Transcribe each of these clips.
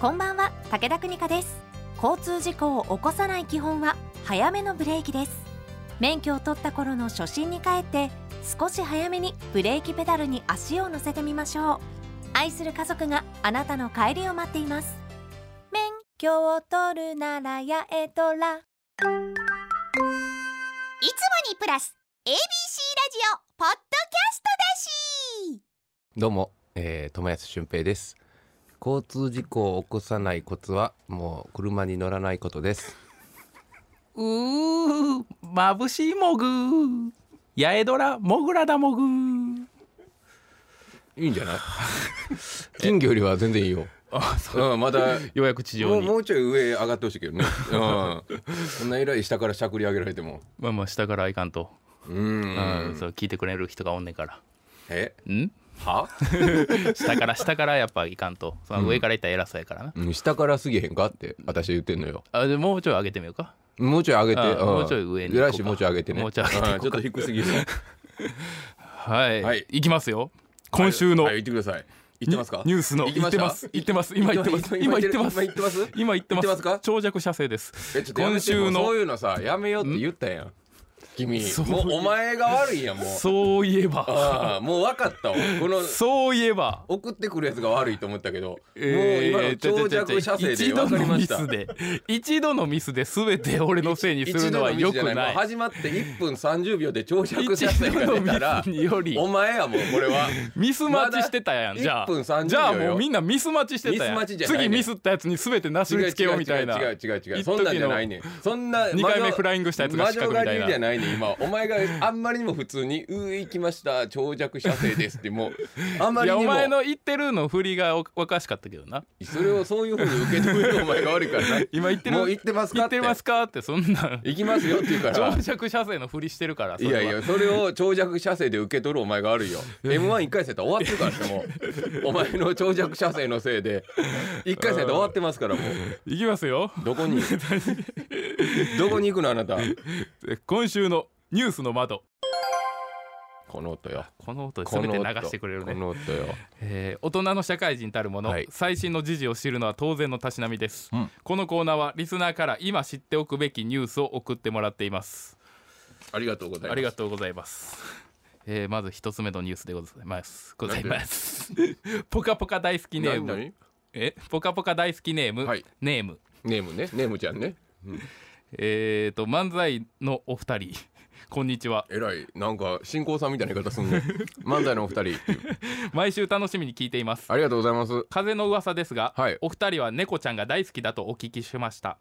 こんばんは武田邦香です交通事故を起こさない基本は早めのブレーキです免許を取った頃の初心に帰って少し早めにブレーキペダルに足を乗せてみましょう愛する家族があなたの帰りを待っています免許を取るならやえとらいつもにプラス ABC ラジオポッドキャストだしどうも、えー、友安俊平です。交通事故を起こさないコツは、もう車に乗らないことです。うー眩しいもぐー八重ドラもぐらだもぐーいいんじゃない。金魚よりは全然いいよ。あそうん、まだ。ようやく地も上うもにうちょい上上がってほしいけど ね。うん。そんな偉い下からしゃくり上げられても。まあまあ下からはいかんと、う。うんん、そう聞いてくれる人がおんねんからえ、んは？ 下から下からやっぱいかんとその上からいったら偉そうやからな、うん下からすぎへんかって私言ってんのよ。あでもうちょい上げてみようかもうちょい上げて。あんもうちょい上に行こうか偉いしもうちょい上げてね。もうちょい上げていこうかんちょっと低すぎ る。はい、はいい、きますよ今週のはい、言ってください。言ってますか？ニュースの行きました言ってます言ってます今言ってます今今言って言ってまますす今言ってます今言ってます言ってますか長尺射精ですえちょっとやめ今ても週うそうのいうのさやめようって言ったやん君そうもうお前が悪いやんもうそういえばああもう分かったわこのそういえば送ってくるやつが悪いと思ったけど、もう今えのーちょ長ちょちょ尺射精で一分度かりのまミしたスで一度のミスで全て俺のせいにするのは良一く度のミスじゃもうない始まって1分30秒で長尺射精一度がの出ミたらスにより お前やもうこれ はミスマッチしてたやんじゃ1分30秒あよじゃあもうみんなミスマッチしてたやミんスマッチじゃないね次ミスったやつに全てなすりつけようみたいな違う違う違う違う違うそんなんじゃないねんそんな二回目フライングしたやつが失格みたいな魔女狩りじゃないねん今お前があんまりにも普通に「うー行きました長尺射精です」ってもうあんまいりやおにも前の言ってるの振りがおおかしかったけどなそれをそういうふうに受け止めるお前が悪いからね 今言ってるもう行ってます言かっっててますかってそんな行きますよって言うから長尺射精の振りしてるからそいれはやいやそれを長尺射精で受け取るお前が悪いよ m 1 1回戦やったら終わってるからねもうお前の長尺射精のせい で1回戦やったら終わってますからもういきますよどこに どこに行くのあなた今週のニュースの窓この音よこの音でこ全のて音流してくれるねこの音よえー大人の社会人たるもの、はい最新の時事を知るのは当然のたしなみです、うんこのコーナーはリスナーから今知っておくべきニュースを送ってもらっていますありがとうございますありがとうございます、えーまず一つ目のニュースでございますございます ポカポカ大好きネーなム何えポカポカ大好きネーム、はいネームネームねネームちゃんねえー、と漫才のお二人 こんにちはえらいなんか新婚さんみたいな言い方すんね 漫才のお二人毎週楽しみに聞いていますありがとうございます風の噂ですが、はいお二人は猫ちゃんが大好きだとお聞きしました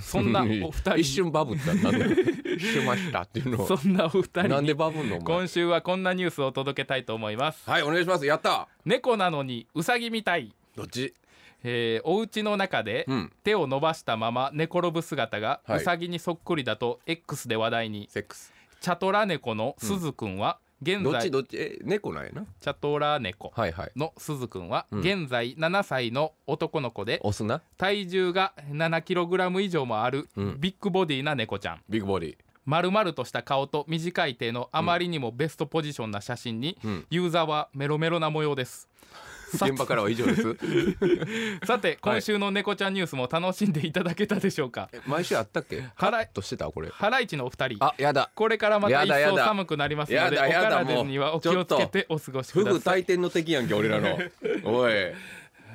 そんなお二人 一瞬バブったなん でしましたっていうのをそんなお二人なんにでバブんのお前今週はこんなニュースを届けたいと思いますはいお願いしますやった猫なのにウサギみたい、どっちえー、お家の中でうん手を伸ばしたまま寝転ぶ姿がはいウサギにそっくりだと X で話題に、セックスチャトラ猫のすずくんは現どっ在、ちどっちえ猫なんやなチャトラ猫はいはいのすずくんはうん現在7歳の男の子で押すな体重が 7kg 以上もあるうんビッグボディな猫ちゃんビッグボディ丸々とした顔と短い手のあまりにもベストポジションな写真に、うんユーザーはメロメロな模様ですさ現場からは以上 です さて今週の猫ちゃんニュースも楽しんでいただけたでしょうか、え毎週あったっけはらいとしてたこれハライチのお二人あやだこれからまたや一だや層だ寒くなりますのやでおだやだ体にはお気をつけてお過ごしフくだグさい大天の敵やんけ俺ら のおい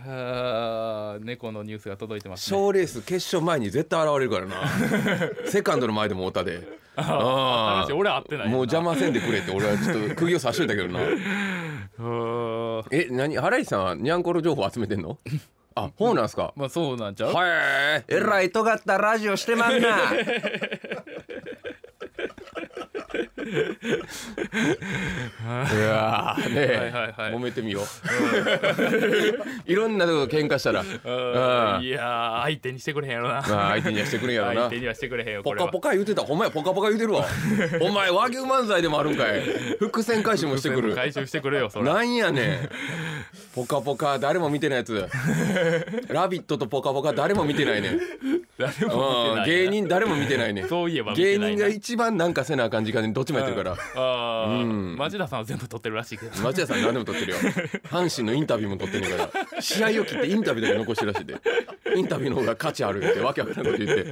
あー猫のニュースが届いてます、ね、賞レース決勝前に絶対現れるからな セカンドの前でもおたであ話俺合ってないもう邪魔魔せんでくれって俺はちょっと釘を刺しといたけど なえ何原西さんはニャンコロ情報集めてん のあそうなんすか、まあそうなんちゃう、はいえらい尖ったラジオしてまん ないやーねえはいはいはい揉めてみよう いろんなとこ喧嘩したらうんうんいやー相手にしてくれへんやろなまあ相手にはしてくれんやろな相手にはしてくれへんよポこれカはポカ言うてたほんまやポカポカ言う てるわお前和牛漫才でもあるんかい伏線回収もしてくる回収してくれよそれなんやねんポカポカ誰も見てないやつラビットとポカポカ誰も見てないねん誰も見てうんない芸人誰も見てないねんそういえば見て芸ない人なが一番なんかせなあかん時間にどっちもやってるからあー、うん町田さんは全部撮ってるらしいけど町屋さん何でも撮ってるよ阪神のインタビューも撮ってるから試合を切ってインタビューだけ残してるらしいでインタビューの方が価値あるってわけわからんこと言って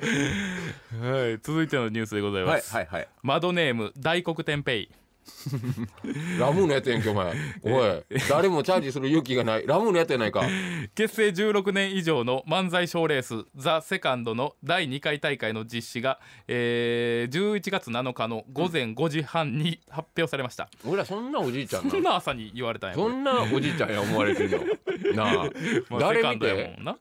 はい続いてのニュースでございはまいす、はいはいマドネーム大黒天平ラムーのやつやんけお前おい誰もチャージする勇気がないラムーのやつやないか結成16年以上の漫才賞ーレース「ザ・セカンドの第2回大会の実施が、えー11月7日の午前5時半に発表されました、俺らそんなおじいちゃんなそんな朝に言われたんやそんなおじいちゃんや思われてるよなあまあセ誰カン見ドやてもんな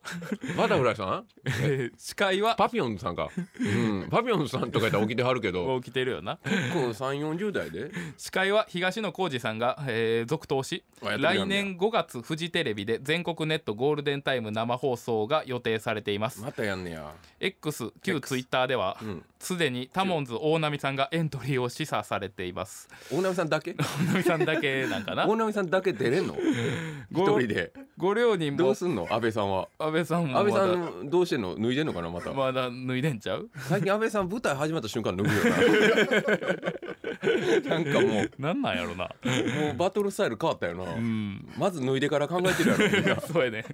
バタフライさん 司会はパピヨンさんか、うん、パピヨンさんとかやったら起きてはるけどもう来てるよな結構3 4 0代で司会は東野幸治さんが、えー続投しあやってるや来ん年5月フジテレビで全国ネットゴールデンタイム生放送が予定されていますまたやんねや X 旧ツイッターではうんすで、にタモンズ大波さんがエントリーを示唆されています大波さんだ け大波さんだけなん かな大波さんだけ出れんの 一ご人でご両人どもうすんの安倍さんは安倍さんもま安倍さだんどうしてんの脱いでんのかなまたまだ脱いでんちゃう 最近安倍さん舞台始まった瞬間脱ぐよ ななんかもうなんなんやろな もうバトルスタイル変わったよなうんまず脱いでから考えてるやろい やそうやね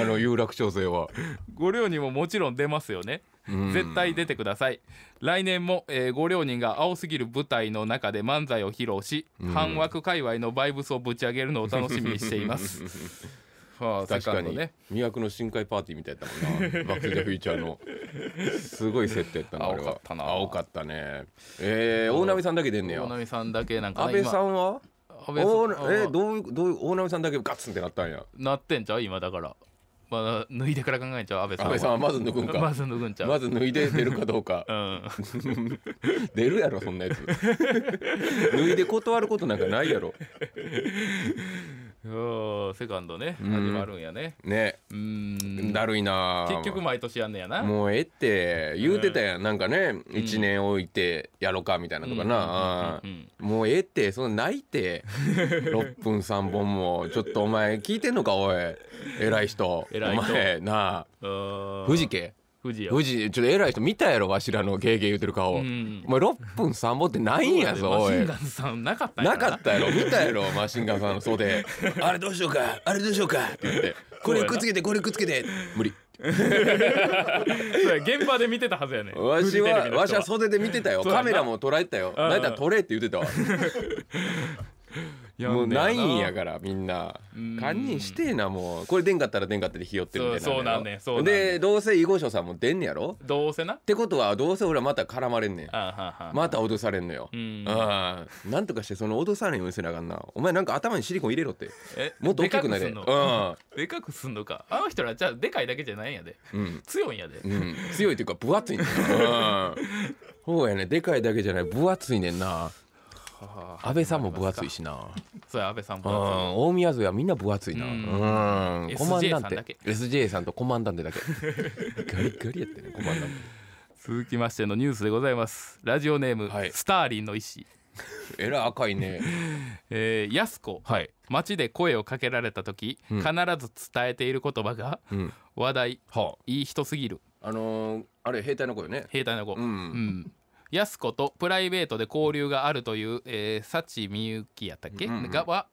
あの有楽町勢は、ご両人ももちろん出ますよねうん絶対出てください来年も、えーご両人が青すぎる舞台の中で漫才を披露し、ん半枠界隈のバイブスをぶち上げるのを楽しみにしています はあ、確セカかンドに、ね魅惑の深海パーティーみたいだったも んなバック・トゥ・ザ・フューチャーのすごい設定やったなあれ青かはったな青かったねえー、大波さんだけ出んねや大波さんだけなんかな安倍さんは今安お倍さんあえどういうどういう大波さんだけガッツンってなったんやなってんちゃう今だからまだ脱いでから考えちゃう安倍さん安倍さんはまず脱ぐんか まず脱ぐんちゃう、まず脱いで出るかど うかうん出るやろそん なやつ脱いで断ることなんかないやろうんセカンドね始んまるんやねねうんだるいな結局毎年やんねやなもうええって言うてたやんなんかね1年置いてやろかみたいなとかなうんうんうんうんもうええってその泣い て6分3本もちょっとお前聞いてんのかおい偉い人偉い人お前なあ富藤家富士よ藤士ちょっと偉い人見たやろわしらのゲーゲー言うてる顔おう前ん6分3本ってないんやぞマおシンいガンズさんなかったんやなかったやろ見たやろマシンガンさんの袖あれどうしようかあれどうしようかって言ってこれくっつけてこれくっつけて無理そうや現場で見てたはずやねわフしジテレはビの人わしは袖で見てたよそうやなカメラも捉えてたよんうんなんやったら撮れって言ってたわやんねもうないんやなからみんなうん堪忍してえなもうこれ出んかったら出んかったでひよってるみたいなそうそうなんねんそうなんねんでどうせ囲碁将さんも出んねやろっどうせなてことはどうせ俺はまた絡まれんねんあはんはんまた脅されんのようんああなんとかしてその脅されんようにせなあかんなお前なんか頭にシリコン入れろってえもっと大きくなれでうかくんすんのでかくすんのかあの人らじゃあでかいだけじゃないんやでうん強いんやでうん強いというか分厚いねんなうんそうやねでかいだけじゃない分厚いねんなはあ安倍さんも分厚いしなそうや安倍さんうんも大宮勢はみんな分厚いな。ううんん。コマン SJ ダさんンだテけ。 SJ さんとコマンダンテだけ。ガリガリやってね、コマンダン続きましてのニュースでございますラジオネーム、はいスターリンの石テ。えらい赤いね。えー、やす子、はい街で声をかけられた時、うん必ず伝えている言葉がうん。話題はいい人すぎるあ。あのー、あれ兵隊の子よね。兵隊の子う。うんんやす子とプライベートで交流があるという、えー、幸美由紀やったっけ、うんうんがは、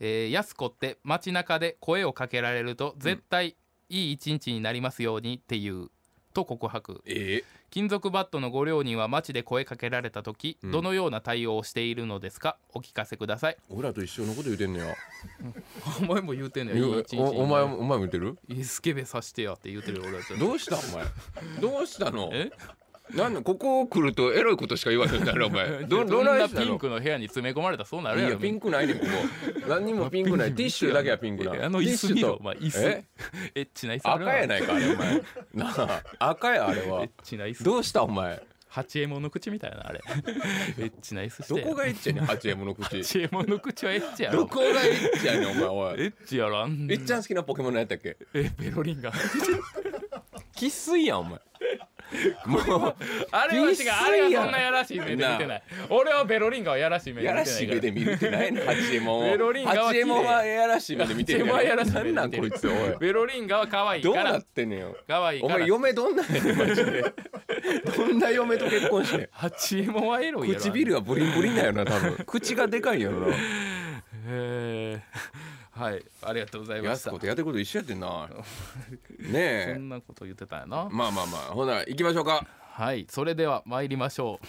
えー、やす子って街中で声をかけられると絶対いい一日になりますようにっていうと告白え金属バットのご両人は街で声かけられた時、うんどのような対応をしているのですかお聞かせくだ さい俺らと一緒のこと言うてんねや。お前も言うてんねおお前もお前も言ってる？いいスケベさしてやって言うてるよ俺はちょっとどうしたお 前？どうしたの？えなんのここ来るとエロいことしか言わへんだろお前。どどどんないなしたピンの？クの部屋に詰め込まれたらそうないるやろやピンクないねん ここ。何にもピンクない。ティッシュだけはピンクなえい。あの椅子ティッ見シろュとお前椅子えエッチな椅子ある赤やないかあれ お前。なあ赤やあれエはッ。チな椅子どうしたお前八右衛門の口みたいなあ れエッチな椅子してどやこがエッチやねん八右衛門の 八口右衛門の口はエッチやろどこがエッチやねんお前おエいッチやろあんなえ っちゃん好きなポケモンのやったっけえペロリンが 生粋やんお前もうあれ は違うあれはそんなやらしい目で見なてない俺はベロリンガをやらしい目でや見てないかららしい目で見るってないの八右衛門ベロリンガは八綺右麗衛門はやらしい目で見て八る右衛門はやらしい目なでんなん見てこるいつおいベロリンガは可愛いどうかならってんねんよ可愛いおか前ら嫁どんなんやねんマジでどんな嫁と結婚してん八もはエロいやろ唇はブリンブリンだよな多分口がでかいよなへーはいありがとうございまやしすた子とやってること一緒やって んなそねえんなこと言ってたんやなまあまあまあほな行きましょうかはいそれでは参りましょ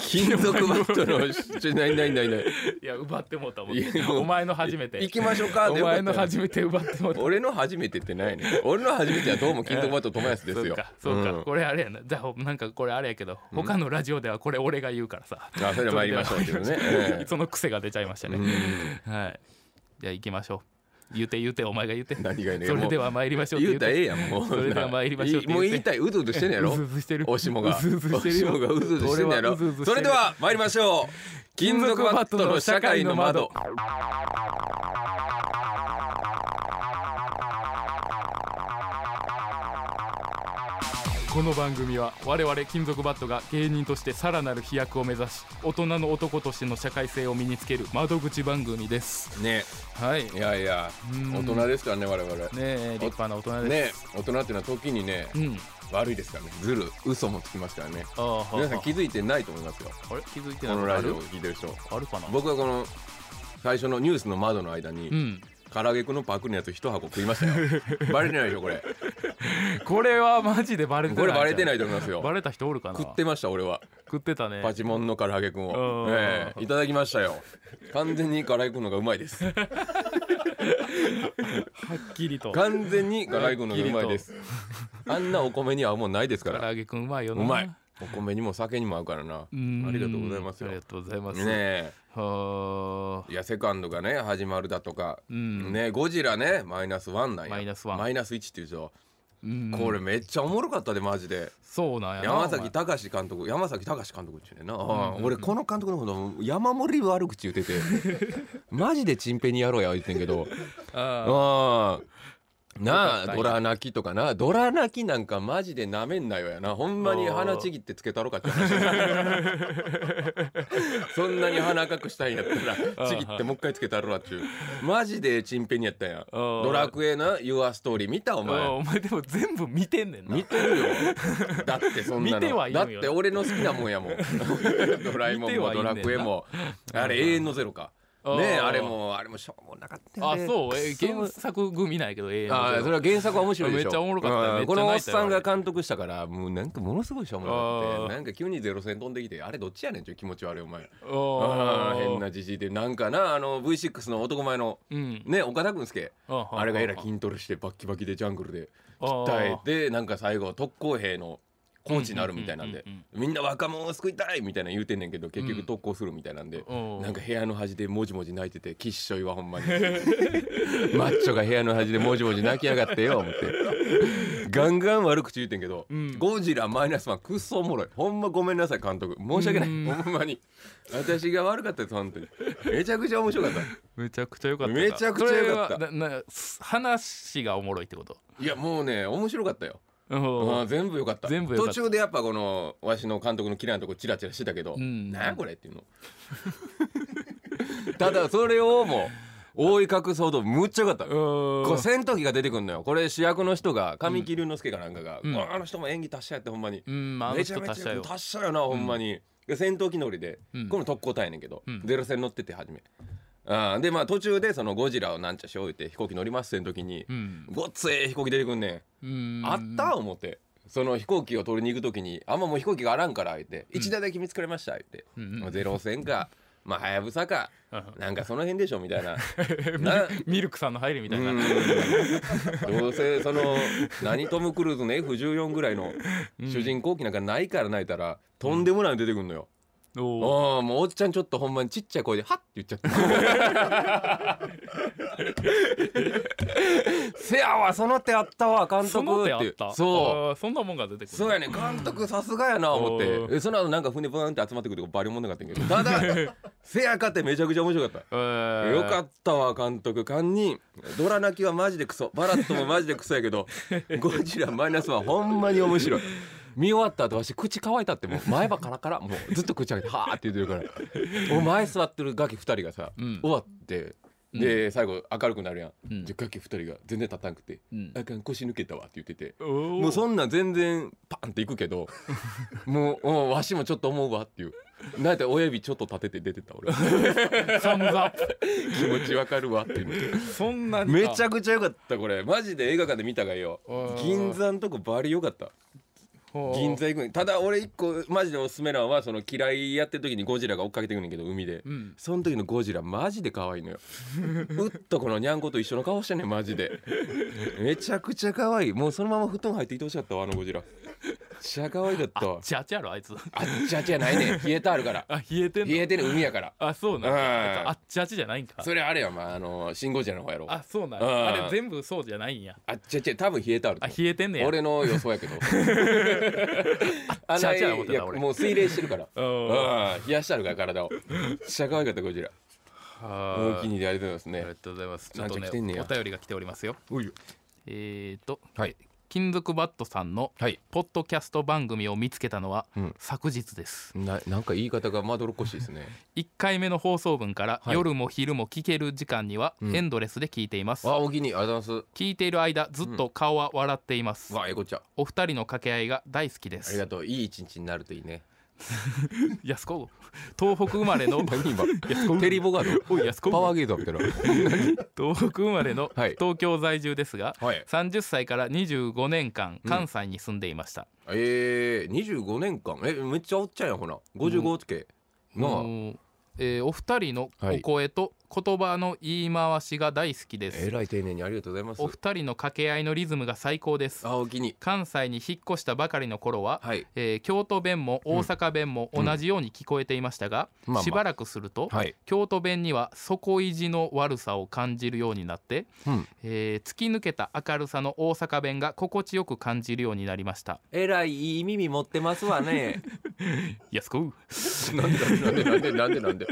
金属バットのしちょないないな いないういや奪ってもうた思っいてやお前の初めて行きましょうかおでよか前ったよの初めて奪ってもうた俺の初めてってないね俺の初めてはどうも金属バット友安です そうよかそうか、うんこれあれやなじゃあなんかこれあれやけど他のラジオではこれ俺が言うからさ、あそれでは参りましょうっていうねえ えその癖が出ちゃいましたね、はいじゃあ行きましょう言うて言うてお前が言うて何がいいねそれでは参りましょうって言言ううたてらええやんもうそれでは参りましょうって言ってもう言いたいうずうずしてんのやろうずうずしてるおしもがうずうずしてるよおしもがうずうずしてんのや俺はろうずうずしてるそれでは参りましょう金属バットの社会の窓この番組は我々金属バットが芸人としてさらなる飛躍を目指し大人の男としての社会性を身につける窓口番組ですねはいいやいやうん大人ですからね我々ねえ立派な大人でねす大人っていうのは時にねうん悪いですからねずる嘘もつきますからねああはあ皆さん気づいてないと思いますよあれ気づいてこないのラジオあを聞いてる人るあるかな僕はこの最初のニュースの窓の間に、うん唐揚げくんのパクリのやつ一箱食いましたよバレてないでしょこれこれはマジでバレてないこれバレてないいと思いますよバレた人おるかな食ってました俺は食ってたねパチモンの唐揚げくんを、うんええいただきましたよ完全に唐揚げくんのがうまいですはっきりと唐完全に唐揚げくんのがうまいですあんなお米に合うもんないですから揚げくんうまいようなまいお米にも酒にも合うからなあうんりがとうございますよありがとうございますねえはいやセカンドがね始まるだとか、うんねゴジラねマイナスワンなんやマイナスワンマイナス1っていうでしょ、あうんこれめっちゃおもろかったでマジでそうなんやな山崎隆監督山崎隆監督っちゅうねんな、んうん俺この監督のこと山盛り悪口言うてて マジでチンペニ野郎や言ってんけどお前 あああよかっなたんあやドラ泣きとかなドラ泣きなんかマジでなめんなよやなほんまにおー鼻ちぎってつけたろかって 話そんなに鼻赤くしたいんやったあーらちぎってもう一回つけたろなっちゅうマジでチンペニやったやんおードラクエな「ユアストーリー見たお前お前でも全部見てんねんな見てる よだってそんなの見てはいるだよって俺の好きなもん やもんドラえもんも見てはいドるねんなラクエもあれ永遠のゼロかあーねえあれもあれもしょうもなかったよあねそうえくそ原作組ないけどええあーそれは原作は面白いでしょめっちゃおもろかったようんめっちゃこのおっ泣いたよさんが監督したからもうなんかものすごいしょうもなくあーてなんか急にゼロ戦飛んできてあれどっちやねんちょ気持ち悪いお前ああー変なじじいでなんかなあの V6 の男前のうんね岡田君介ああれがえらい筋トレしてバッキバキでジャングルで鍛えてなんか最後特攻兵のコーチになるみたいなんでうんうんうんみんな若者を救いたいみたいなの言うてんねんけど結うん局特攻するみたいなんでおうなんか部屋の端でもじもじ泣いててきっしょいはほんまにマッチョが部屋の端でもじもじ泣きやがってよ思ってガンガン悪口言うてんけどんゴジラマイナスワンクッソおもろいほんまごめんなさい監督申し訳ないうんほんまに 私が悪かったです本当にめちゃくちゃ面白かっためちゃくちゃ良かっためちゃくちゃ良かったそれはなな話がおもろいってこといやもうね面白かったよおあうー全部良かった全部良かった途中でやっぱこのわしの監督の嫌いなとこチラチラしてたけど、うんなんやこれっていう のただそれをもう覆い隠すほどむっちゃ良かった、おうこう戦闘機が出てくるのよこれ主役の人が神木隆之介かなんかが、うんこうあの人も演技達者やってほんまに、うんまああのめち人ゃめ達ち者ゃよ達者よなほんまに、で戦闘機乗りで、うんこの特攻隊やねんけど、うんゼロ戦乗ってて初めあーでまあ途中でそのゴジラをなんちゃしよう言って飛行機乗りますってん時に、うんごっつええ飛行機出てくんねんうんあった思ってその飛行機を取りに行く時に「あんまもう飛行機があらんから」言って「一台だけ見つかりました」言ってうんうん「まあゼロ戦か」まあ、はやぶさかうんなんかその辺でしょみた いなな ミルクさんの入りみたいなうんどうせその何トム・クルーズの F14 ぐらいの主人公機なんかないから泣いたらとんでもないの出てくんのよ、おうああもうおっちゃんちょっとほんまにちっちゃい声で「はっ!」って言っちゃった 「せやわその手あったわ監督」ってその手あったそううそんなもんが出てくるそうやね監督さすがやな思っおてーえその後なんか船バーンって集まってくるとこバリおもんなかったんやけどた だせやかってめちゃくちゃ面白かった。よよかったわ監督官にド ラ泣きはマジでクソバラットもマジでクソやけどゴジラマイナスはほんまに面白い見終わった後わし口乾いたってもう前歯カラカラもうずっと口開けてはーって言ってるからお前座ってるガキ2人がさ、うん終わってで、最後明るくなるやん、うんじゃガキ2人が全然立たんくてうん「あかん腰抜けたわ」って言ってて。ももうそんなん全然パンっていくけ どもううんわしもちょっと思うわっていうなんて親指ちょっと立てて出てた 俺サムズアップ気持ちわかるわっていうそんなにめちゃゃくちゃよかったこれマジで映画館で見たがようん銀座のとこバリよかった銀座行くんただ俺一個マジでおすすめなのはその嫌いやってる時にゴジラが追っかけてくんねんけど海で、うんその時のゴジラマジで可愛いのよ うっとこのニャンコと一緒の顔してんねんマジ でめちゃくちゃ可愛いもうそのまま布団入っていてほしかったわあのゴジラめっちゃ可愛かったわちゃちゃろあいつあっちあっちじゃないねん 冷えたあるからあ冷えてん冷のえてる海やからあそうなんうんあっちあっちじゃないんかそれあれやまああのシンゴジラの方やろあそうなんうんあれ全部そうじゃないんやあっちあっち多分冷えたあるとあ思う冷えてんねや俺の予想 やけどあちゃうちゃうない思ってたいや俺もう水冷して るからうんうん冷やしてあるから体をめっちゃ可愛かったゴジラは大いきに入りありがとうございあまりがすねとうございますちょっとなんねか来てんねやお便りが来ておりますよおいよえーとはい金属バットさんのはいポッドキャスト番組を見つけたのはうん昨日ですななんか言い方がまどろっこしいですね1回目の放送分からはい夜も昼も聞ける時間にはうんエンドレスで聞いていますあおきにありがとうございま聞いている間ずっと顔は笑っていますすわあえこちゃんお二人の掛け合いが大好きでありすがとういい一日になるといいね安子東北生まれ の何今テリー ボガーおい安ド子パワーゲートみたいな東北生まれのはい東京在住ですが、はい30歳から25年間うん関西に住んでいました、えー、25年間えめっちゃおっちゃんやんほな55つけ、なあもうえーお二人のお声と言葉の言い回しが大好きです、えらい丁寧にありがとうございますお二人の掛け合いのリズムが最高ですあおきに関西に引っ越したばかりの頃は、はいえー京都弁も大阪弁も同じように聞こえていましたが、うんまあまあしばらくすると、はい京都弁には底意地の悪さを感じるようになって、うんえー突き抜けた明るさの大阪弁が心地よく感じるようになりましたえらいいい耳持ってますわねやすこなんでなんでなんでなんでなんで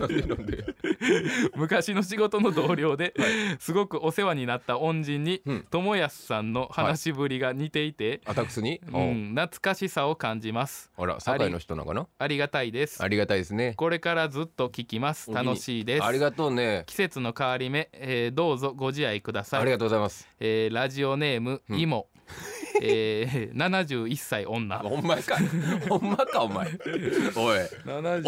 なんでなんで 昔の仕事の同僚で、すごくお世話になった恩人にうん友安さんの話しぶりが似ていて、アタックスに、うん、懐かしさを感じますあら堺の人なのかなありがたいです ありがたいですねこれからずっと聞きます楽しいですありがとうね季節の変わり目、えーどうぞご自愛くださあいりがとうございますえーラジオネーム、うんイモ、えー、71歳女ほんま かほんまかお前 おい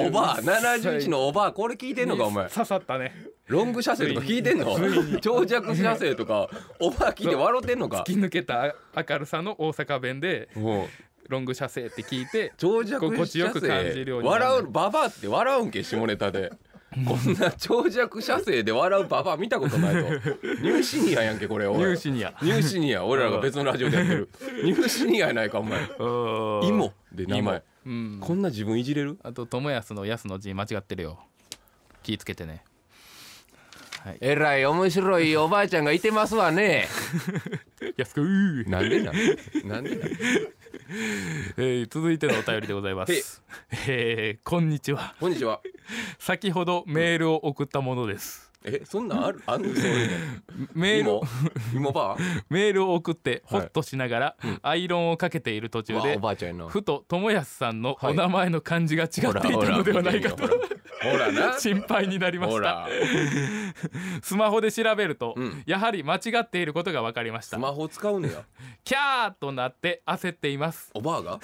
おばあ71のおばあこれ聞いてんのかお前刺さったねロング射精とか聞いてんの長尺射精とかおばあ聞いて笑ってんのか突き抜けた明るさの大阪弁でもうロング射精って聞いて長尺心地よく感じるようになる笑うババアって笑うんけ下ネタ でこんな長尺射精で笑うババア見たことないとニューシニアやんけこれおいニューシニアニューシニア俺らが別のラジオでやってるニューシニアやないかお前イモで名前うんこんな自分いじれるあと友康の安の字間違ってるよ気ぃつけてねえらい面白いおばあちゃんがいてますわね安くー、なんでなんなんでなんえー続いてのお便りでござ います、えー、こんにちはこんにちは先ほどメールを送ったものです、えそんなんあるあんのそういうメールのイモイモばメールを送ってホはいッとしながら、アイロンをかけている途あ中わあおでばあちゃんやなふと友康さんのはいお名前の漢字が違っていたのではないかとほらほらな心配になりまほしたらスマホで調べると、うんやはり間違っていることが分かりましスたマホ使うねやキャーとなって焦っていますおばあが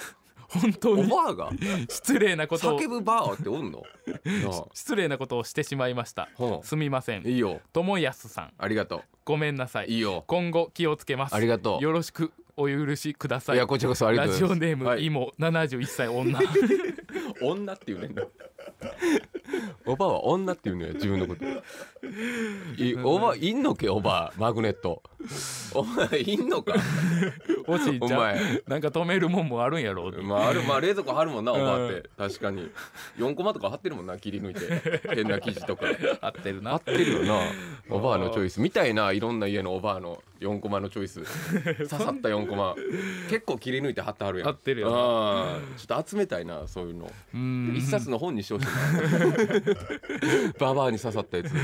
本当おにばあが失礼なことを叫ぶばあってお んのなあ失礼なことをしてしまいましたほうすみませんいいよ友康さんありがとごめんなさういいいよ今後気をつけますありがとうよろしくお許しくださいいやこちらこそありがラとうごジざオネいますーム、はい今71歳 女女っていうね んなおばあは女っていうのよ自分のこといおばあいんのけおばあマグネットお前いんのかおじいおちゃん前なんか止めるもんもあるんやろうまああるまあ冷蔵庫貼るもんなおばあって確かに4コマとか貼ってるもんな切り抜いて変な生地とか合ってる貼なってるよなおばあのチョイスみたいないろんな家のおばあの4コマのチョイス刺さった4コマ結構切り抜いて貼ってはるやん貼ってるよなよちょっと集めたいなそういうのうん一冊の本にしてほしいなババアに刺さったやつめっ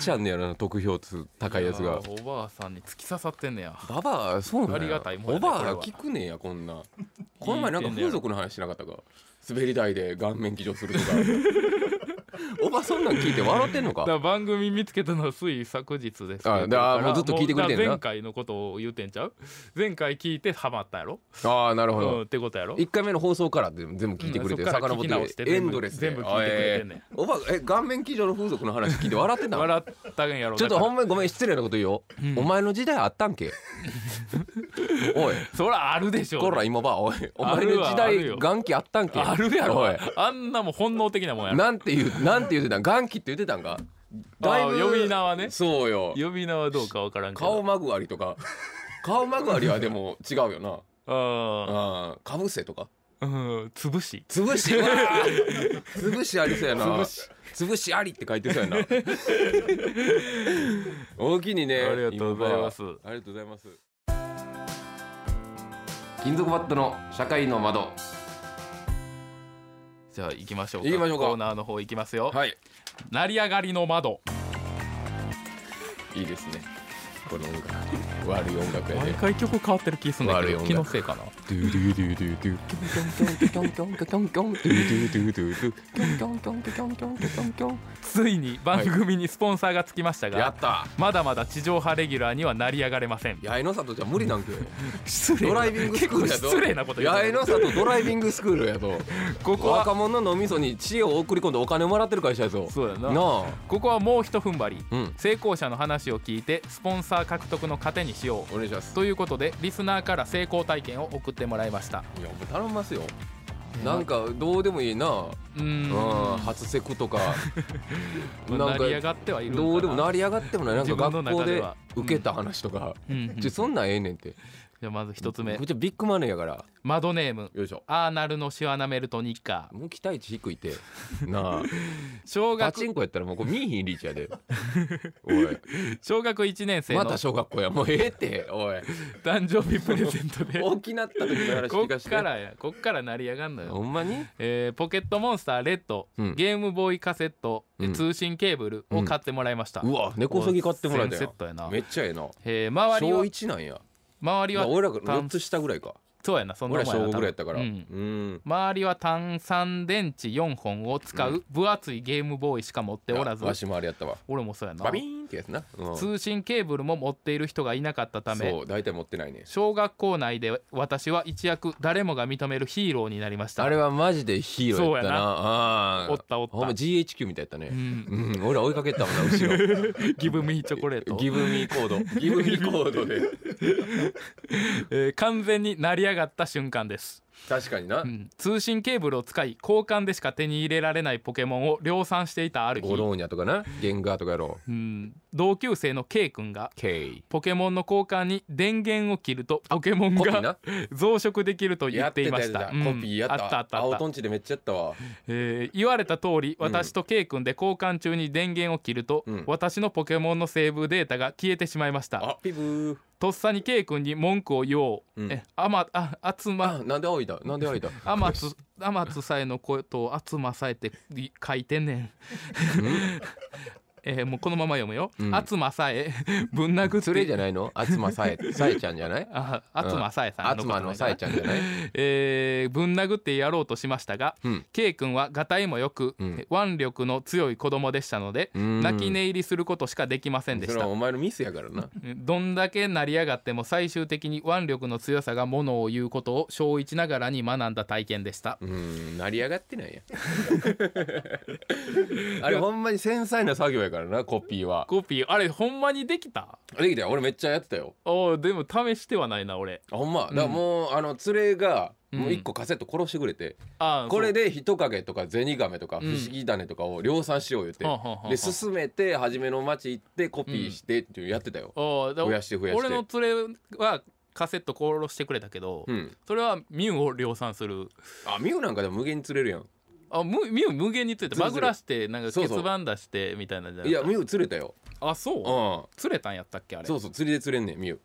ちゃあんねやろな得票数高いやついやがーおばあさんに突き刺さってんねやババアそうなんやありがたいもんやおねばあこれはが聞くねやこんな この前なんか風俗の話しなかったか滑り台で顔面騎乗するとか おばそんなん聞いて笑ってんのだかから番組見つけたのはつい昨日ですけどあであーもうずっと聞いてくれてんなもうだから前回のことを言うてんちゃう前回聞いてハマったやろああなるほうんどってことやろ1回目の放送からでも全部聞いてくれてうんそっから聞き遡直っしててエンドレスで全部聞いてくれてんねんあえーおばえ顔面騎乗の風俗の話聞いて笑ってたの笑ったんやろちょっとだかほらんまにごめん失礼なこと言うよ、お前の時代あった んけおいそらあるでしょこら今ばおいお前の時ある代わあるよ元気あったんけあるやろおいあんなもん本能的なもんやろなんて言うなんて言ってたん元気って言ってたんかあー呼び名はねそうよ呼び名はどうかわからんけど顔マグワリとか顔マグワリはでも違うよなああーかぶせとかーうん潰しつぶしうわーつぶしありそうやなつぶしありって書いてそうやな大きにねありがとうございます今はありがとうございます金属バットの社会の窓じゃあ行きましょうか行きましょうかコーナーの方行きますよ、はい成り上がりの窓いいですねこの音楽悪い音楽や毎ね回曲変わってる気すんだけど悪い音楽気のせいかなドゥドゥドゥドゥドゥついに番組にスポンサーがつきましたが、やったまだまだ地上波レギュラーには成り上がれません八重の里じゃ無理なんけ失礼ドなライビングスクールや結構と失礼なこと言う八重の里ドライビングスクールやとここ若は者の脳みそに知恵を送り込んでお金をもらってる会社やぞそうやななあここはもうひと踏ん張り、うん成功者の話を聞いてスポンサー獲得の糧にしようお願いしますということでリスナーから成功体験を送ってもらいましたいやお前頼みますよなんかどうでもいいなうーんうん初セクとかなん成り上かがってはいるんかなどうでも成り上がってもないなんか自分の学校中ででは受けた話とかうんうんちょそんなんええねんってじゃあまず一つ目こっちはビッグマネーやからマドネームよいしょアーナルのシワナメルトニッカーもう期待値低い てなあ小パチ学ンコやったらもうこれ見えひんリーチ やでおい小学1年生まのた誕小学校やもうええっておい生日プレゼントで 大きなった時の話こ聞かっしてからやこっから成り上がんのよほんまにえーポケットモンスターレッド、うんゲームボーイカセット、うん通信ケーブルを買ってもらいました、うわ猫そぎ買ってもらえたセやットやなんめっちゃええなえー周り小は一なんや周りまあは俺らが4つ下ぐらいかそうやなそんな俺もんらやな多小5分ぐらいやったからううんん周りは炭酸電池4本を使う分厚いゲームボーイしか持っておらず、わしもあれやったわ俺もそうやなバビーンってやつなうん通信ケーブルも持っている人がいなかったためそう大体持ってないね小学校内で私は一躍誰もが認めるヒーローになりましたあれはマジでヒーローやったなそうやああおったおったほんま GHQ みたいやったねうんうん俺ら追いかけてたもんな後ろギブミーチョコレートギブミーコー ド。ギブミーコードで。えー完全に成り上がった瞬間です確かになう。ん通信ケーブルを使い交換でしか手に入れられないポケモンを量産していたある日ゴ、ローニャとかな。ゲンガーとかやろう。うん、同級生の K 君が K。ポケモンの交換に電源を切るとポケモンコピーがな。増殖できると言やっってていたまやしつただ。うんコピーやった。あったあったあ青ったトンチでめっちゃやったわ。えー言われた通り私と K 君で交換中に電源を切ると、うん私のポケモンのセーブデータが消えてしまいましたあ、ピブー。とっさに K 君に文句を言おう、うんえあまああつまあ、なんで青いだなんで青い だあまつあまつさえのことをあつまさえってい書いてんねん。 えーもうこのまま読むよ。うんあつまさえぶん殴って。それじゃないのあつまさ え、さえちゃんじゃないああつまさえさんあつまのさえちゃんじゃない えーぶん殴ってやろうとしましたが、うん K 君はがたいもよく、うん腕力の強い子供でしたので、うん泣き寝入りすることしかできませんでそしれはたお前のミスやからな。どんだけ成り上がっても最終的に腕力の強さがものを言うことを小1ながらに学んだ体験でしたうーん、成り上がってない やん。あれほんまに繊細な作業やからな、コピーは。 コピーあれほんまにできたできたよ。俺めっちゃやってたよ。おーでも試してはないな俺あほんまだからもう、あの連れがもう一個カセット殺してくれて、あーこれでで人影とかゼニガメとかう不ん思議種とかを量産しよう言って、はあはあはあはあで進めて初めの町行ってコピーしてっていうやってたよ、おーだ増やして増やして俺の連れはカセット殺してくれたけど、うんそれはミュウを量産するあミュウなんかでも無限に釣れるやんあむミュウ無限についてずバるずるグらしてなんかそう血そう盤出してみたいなんじゃないいやミュウ釣れたよ、あそう、う釣れたんやったっけあん、れそうそう釣りで釣れんねんミュ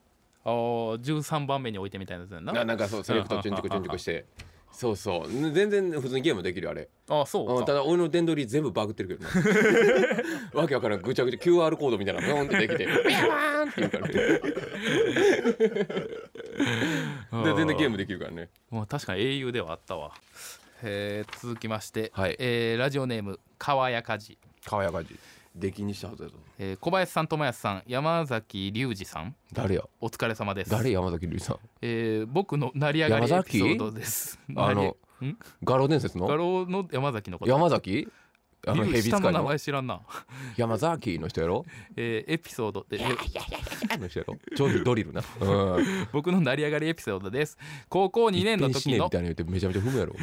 あー13番目に置いてみたいなやつやんウなななんかそうセレクトチュンチュクチュンチュクしてそうそう全然普通にゲームできるよあれあそううんたかだ俺の電動リー全部バグってるけど なわけわからんぐちゃぐちゃ QR コードみたいなのがポンってできてビャーンって言うからねで全然ゲームできるからねもう確かに英雄ではあったわえー続きまして、はいえーラジオネーム川やかじ、川やかじ出禁にしたはずやぞえー小林さん友安さん山崎隆二さん誰やお疲れ様です誰山崎龍さんえー僕の成り上がりエピソードですあのん画廊伝説画の廊の山崎のこと山崎あの蛇使下いの名の前知らんな、山崎の人やろえーエピソードであの人やろちょいドリ ルなうん僕の成り上がりエピソードです高校2年の時一遍死ねみのたいなの言ってめちゃめちゃ踏むやろ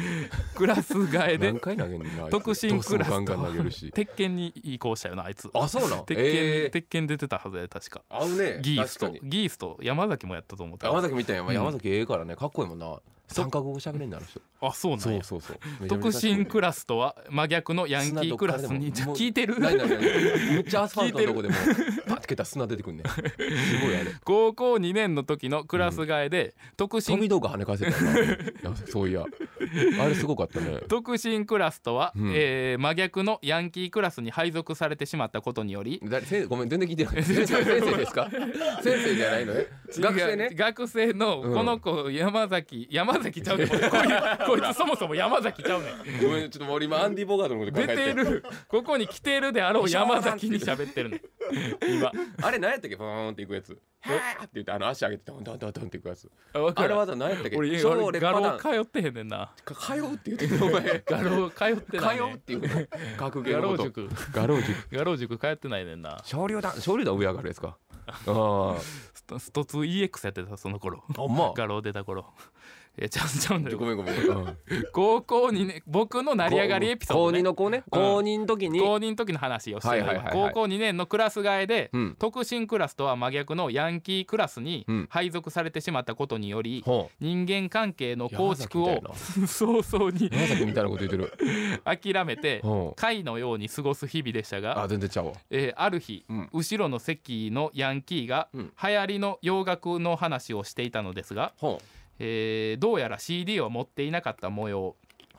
クラス替えで何回投げんねんなあいつ特進クラスガンガとン投げる し鉄拳に移行したよなあいつあそうなん鉄拳、えー鉄拳出てたはずや確か合うねギース確かとにギースと山崎もやったと思った山崎みたいな、ん山崎ええからねかっこいいもんな三角語喋れんなる人あそうなんやそうそう特進クララスとは真逆のヤンキークラスにじゃあ聞いてるないないないめっちゃアスファルトのとこでもパッて蹴ったら砂出てくんねすごいあれ 高校2年の時のクラス替えで特飛び進道具跳ね返せたよな山崎そういやあれすごかったね特進クラスとは、うんえー真逆のヤンキークラスに配属されてしまったことによりだせごめん全然聞いてない先生先生ですか先生じゃないのね学生ね学生のうんこの子山崎、山崎ちゃうねんこい つこいつそもそも山崎ちゃうねんごめんちょっともう俺今アンディ・ボガードのこと考え出ててるここに来てるであろう山崎に喋ってるねん今あれ何やったっけポーンっていくやつはーって言ってあの足上げてドンドンドンドンっていくやつあ分かあれる技何やったっけ俺超俺レ画パダ廊ン通ってへんねんなか通うって言ってるお前画廊通ってない、通うっね、ていうの学芸画の廊こと塾画廊塾画廊塾通ってないねんな少量団少量団上上がるですかあストスト 2EX やってたその頃あほんま画廊出た頃えちゃうちゃうんだちよょごめんごめんうん高校にね僕の成り上がりエピソード、ね、高二の子ね高二の時に高2の時の話をしてるのよ、はいはいはいはい高校2年のクラス替えで、うん特進クラスとは真逆のヤンキークラスにうん配属されてしまったことにより、ほ人間関係のう構築を山早々に崎みたいなこと言ってる諦めてほう貝のように過ごす日々でしたがあ全然ちゃうわえーある日、うん後ろの席のヤンキーが、うん流行りの洋楽の話をしていたのですが、ほえーどうやら CD を持っていなかった模様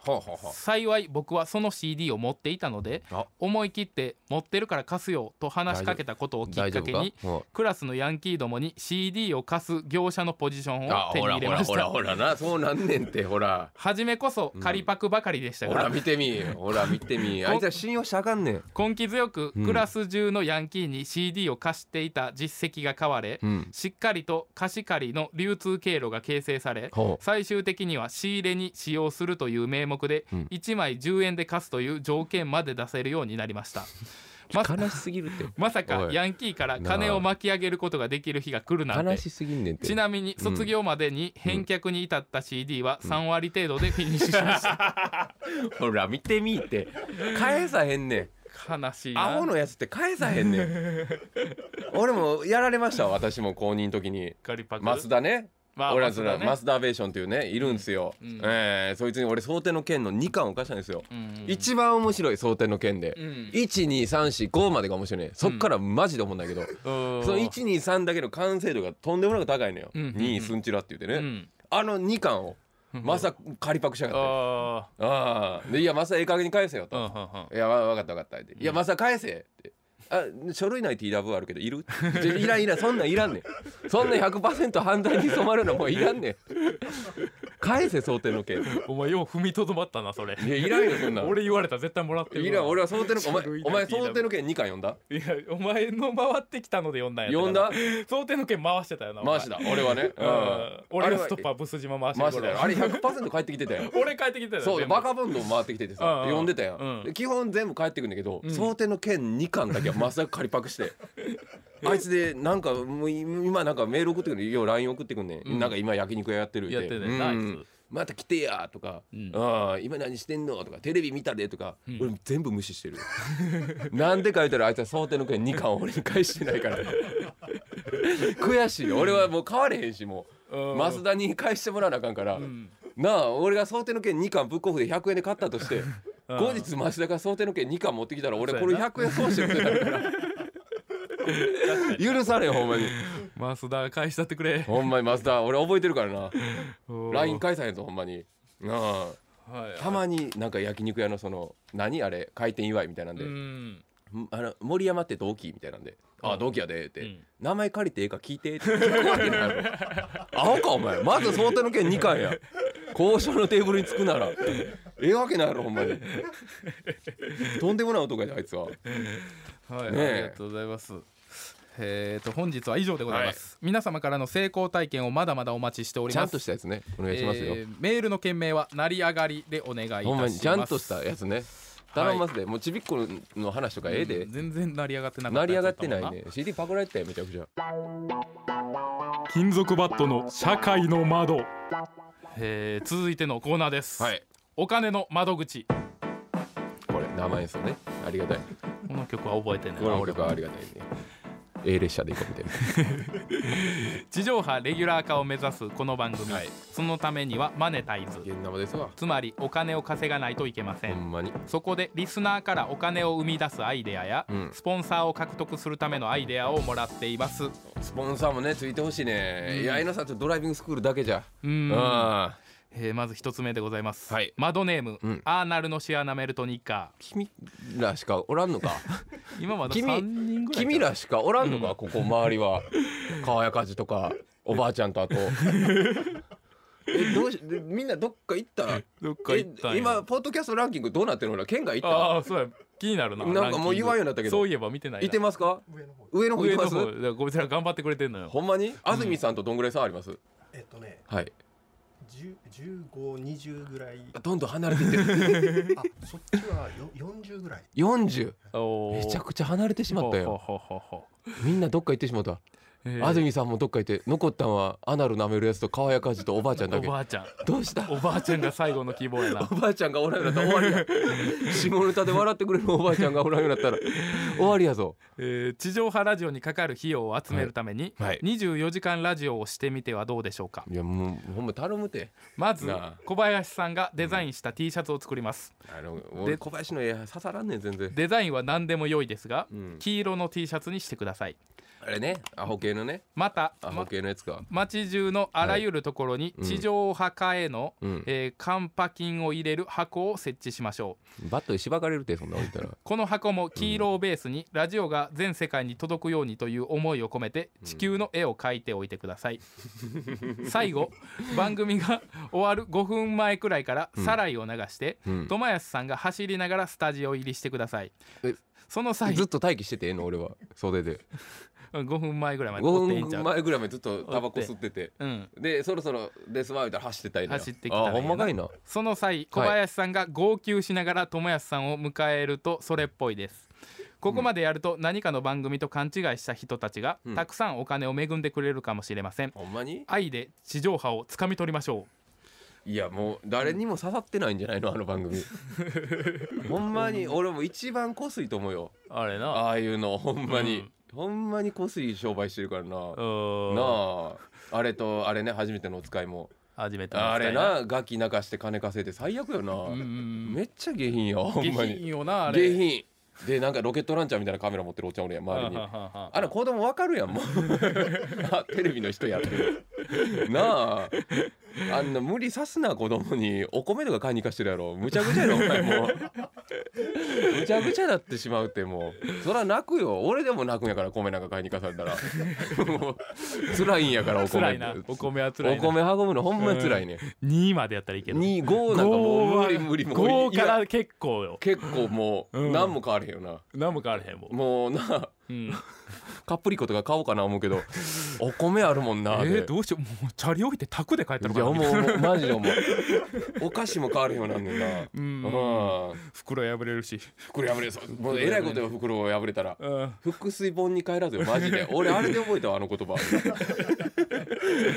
うほうほうほう幸い僕はその CD を持っていたのであ思い切って「持ってるから貸すよ」と話しかけたことをきっ大丈か夫けかにほうクラスのヤンキーどもに CD を貸す業者のポジションあを手にほら入ほれらましほらたほらなそうなんねんってほら初めこそ仮パクばかりでしたほが、ら見てみほら見てみあいつら信用したらあかんねん根気強くうんクラス中のヤンキーに CD を貸していた実績が買われ、うんしっかりと貸し借りの流通経路が形成されほう最終的には仕入れに使用するという名目でうん1枚10円で貸すという条件まで出せるようになりま した。まさ悲しすぎるってまさかおいヤンキーから金を巻き上げることができる日が来るなん悲てしすぎんねんってちなみに卒業までに返却に至った CD は3割程度でフィニッシュしま した、ほら見てみーって返さへんね悲しいんアなホのやつって返さへんねん俺もやられましたわ私も公認の時にガリパク増田ねまあ俺らそマれスダねマスダーベーションっていうねいるんすよ、うんえーそいつに俺想定の剣の2巻を貸したんですよ、うん一番面白い想定の剣で、うん12345までが面白いねそっからマジで思うんだけど、うんその123だけの完成度がとんでもなく高いのよ、うん2スンチラって言ってうね、んあの2巻をまさか仮パクしやがっあて、ああでいやマサええ加減に返せよーうんとうんうん「いやわわかったわかった」って「いやマサ返せ」って「あ書類内 TW あるけどいる?」 っていやいらんいらんそんなんいらんねんそんな100%犯罪に染まるのもういらんねん返せ想定の件いお前よう踏みとどまったなそれ やいらんよそんなん俺言われたら絶対もらってるわいらん俺は想定のお前書類内お前想定の件2巻読んだいやお前の回ってきたので読んだんやった読んだ想定の件回してたよなお前回しだ俺はね、ううんん、俺のストッパーブス島回して回しだよあれれ100%返ってきてたよ 俺帰ってきてたよそう全部バカボンドも回ってきててさうんうん読んでたやん、うん基本全部返ってくんだけど、うん想定の剣2巻だけはまさか仮パクしてあいつでなんかもう今なんかメール送ってくるよう LINE 送ってくんね、うんなんか今焼肉屋やってるやってうねナイんまた来てやとか、うんああ今何してんのとかテレビ見たでとか、ん俺全部無視してる なんで書いたらあいつは想定の件2巻を俺に返してないから 悔しいよ俺はもう変われへんしもううん増田に返してもらわなあかんから、んなあ俺が想定の件2巻ブックオフで100円で買ったとして うん後日増田が想定の件2巻持ってきたら俺そうこやれな100円損してるってなるから 許されんほんまにマスダー返したってくれほんまに増田俺覚えてるからなおー LINE 返さへんぞほんまにあはいあたまになんか焼肉屋のその何あれ開店祝いみたいなんで、うんんあの森山って同期みたいなんで「ああ同期やで」って、うん名前借りてええか聞いて」って 聞くわけないやろアホかお前まず想定の件2回や交渉のテーブルにつくならええわけないやろほんまにとんでもない男やであいつははい、ねえありがとうございます。えー、と本日は以上でございます、皆様からの成功体験をまだまだお待ちしておりちゃまんすとしたやつねお願いしますよ、えーメールの件名は成り上がりでお願いいたしますほんまにちゃんとしたやつね頼みますで、もうちびっこの話とかええで、うん全然成り上がってなかった成り上がってなやつだっいたもんね CD パクられてたよめちゃくちゃ金属バットの社会の窓、えー、続いてのコーナーです、はいお金の窓口これ生演奏ねありがたいこの曲は覚えてんねこんなの曲はありがたいね A 列車で行こうみたいな地上波レギュラー化を目指すこの番組、はいそのためにはマネタイズ現生ですわつまりお金を稼がないといけませほん、んまにそこでリスナーからお金を生み出すアイデアや、うんスポンサーを獲得するためのアイデアをもらっていますうスポンサーもねついてほしいね、うんいやえなさんとドライビングスクールだけじゃーんああえーまず一つ目でございます、はいマドネーム、うんアーナルのシアナメルトニッカ君らしかおらん のかー今まだ君3人ぐらい君らしかおらんのか、ここ周りは川やかじとかおばあちゃんとあと えどうしでみんなどっか行ったどっか行ったんやえ今ポッドキャストランキングどうなってるのほら県外行ったああそうや気になるななんかもうランキング言わんようになったけどそういえば見てない行ってまますか上の方上の方上行ってのます方だからこいつら頑張ってくれてんのよほんまに安住さんとどんぐらい差あります、えっとねはい10 15、20ぐらいどんどん離れていって るあそっちはよ40ぐらい40おーめちゃくちゃ離れてしまっほたうよほうほうほうみんなどっか行ってしまったえー安住さんもどっか行って残ったんはアナル舐めるやつと川やかじとおばあちゃんだおけばあちゃんどうしたおばあちゃんが最後の希望やな おばあちゃんがおらんようになったら終わりや下ネタで笑ってくれるおばあちゃんがおらんようになったら 終わりやぞえー地上波ラジオにかかる費用を集めるために、はいはい24時間ラジオをしてみてはどうでしょうかいやもうほんま頼むてまずなあ小林さんがデザインした T シャツを作ります、あの俺小林の絵刺さらんねん全然デザインは何でも良いですが、うん黄色の T シャツにしてくださいあれねアホ系のねまた、アまホ系のやつか街中のあらゆるところにうん地上破壊への、うんえーカンパキンを入れる箱を設置しましょうバットでしばかれるてそんな置いたらこの箱も黄色をベースにラジオが全世界に届くようにという思いを込めて地球の絵を描いておいてください、 最後番組が終わる5分前くらいからサライを流して、うん友安さんが走りながらスタジオ入りしてくださいえその際ずっと待機しててええの俺は袖で5分前ぐらいまで撮っていいん5ちゃ分う、前ぐらいまでずっとタバコ吸っててうん、でそろそろですわみたいな走ってたり走ってきたらええあなほんまかいなその際小林さんが号泣しながら友安さんを迎えるとそれっぽいですここまでやると何かの番組と勘違いした人たちがうんたくさんお金を恵んでくれるかもしれませんほんまに愛で地上波をつかみ取りましょいやもう誰にも刺さってないんじゃないのあの番 組ほんまに俺も一番こすいと思うようあれなああいうのほんまに、うんほんまにこすい商売してるからな、うなーんああれとあれね初めてのお使いも初めてのあれ使いなガキ泣かして金稼いで最悪よな、うんうんめっちゃ下品よほんま下に品よなあれ下品でなんかロケットランチャーみたいなカメラ持ってるおっちゃんおるやん周りにははははあの子供わかるやんもうあテレビの人やってるなああんな無理さすな子供にお米とか買いに行かしてるやろむちゃくちゃやろお前もうむちゃくちゃなってしまうってもうそら泣くよ俺でも泣くんやから米なんか買いに行かされたらもう辛いんやからお米辛いなお米は辛いおな米運ぶのほんまに辛いね2位までやったらいいけど2 5なんかもう無理無理もう5かいやら結構よ結構もううん何も変われへんよな、何も変わらへんもん、もうなあうん、カップリコとか買おうかな思うけ どお米あるもんえなでー、どうしようもうチャリ置いてタクで帰ったのいかやなもうみたいも うマジでもうお菓子も変わるようになんねんななうんうん袋破れるし袋破れそうもうえらいことよ袋を破れたらうん腹水盆に帰らずよマジ で俺あれで覚えたわあの言 葉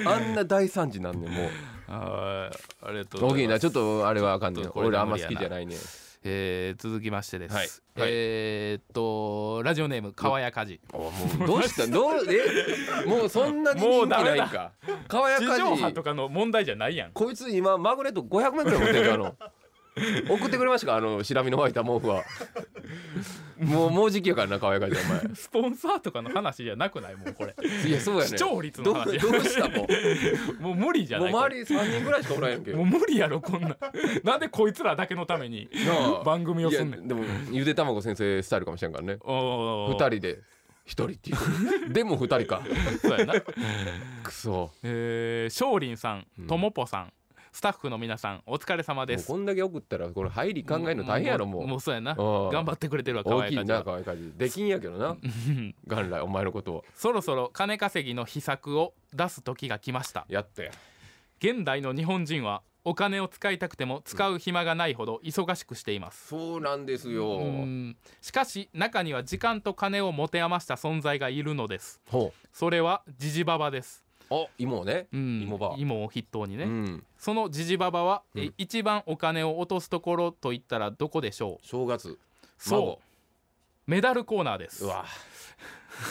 あんな大惨事なんねんもはいありがとううご大ざきいいまなすちょっとあれはあかんちねょっんとこれ俺であ無理やなんま好きじゃないねえー続きましてです、はいはいえーっとラジオネーム川谷梶あもうどうしたどうえもうそんなに人気ないんか川や地上か波じとかの問題じゃないやんこいつ今マグネット500枚くらい持ってるからの 送ってくれましたかあのシラミの湧いた毛 布はもうもうじきやからな可愛いからお前スポンサーとかの話じゃなくないもうこ れいやそうやね視聴率どのうどう話したももう無理じゃうもうないこれ周り三人ぐらいしかおらんやんけもう無理やろこんなん なんでこいつらだけのためになあ番組をいすやんねんでもゆで卵先生スタイルかもしれんからねお二ー人で一人っ ていうでも二人かそうやなくそえー、少林さんうんともぽさんスタッフの皆さんお疲れ様でもうすこんだけ送ったらこれ入り考えるの大変やろももううそうやなうん頑張ってくれてるわ可大愛いきい感じなは可愛い感じできんやけどなうん元来お前のことを そろそろ金稼ぎの秘策を出す時が来ましたやったや現代の日本人はお金を使いたくても使う暇がないほど忙しくしています、そうなんですようんしかし中には時間と金を持て余した存在がいるのですほそれはジジババです、うあ芋ねうん、芋ば芋を筆頭にね、うんそのジジババは、えうん一番お金を落とすところといったらどこでしょう正月そうメダルコーナーですうわ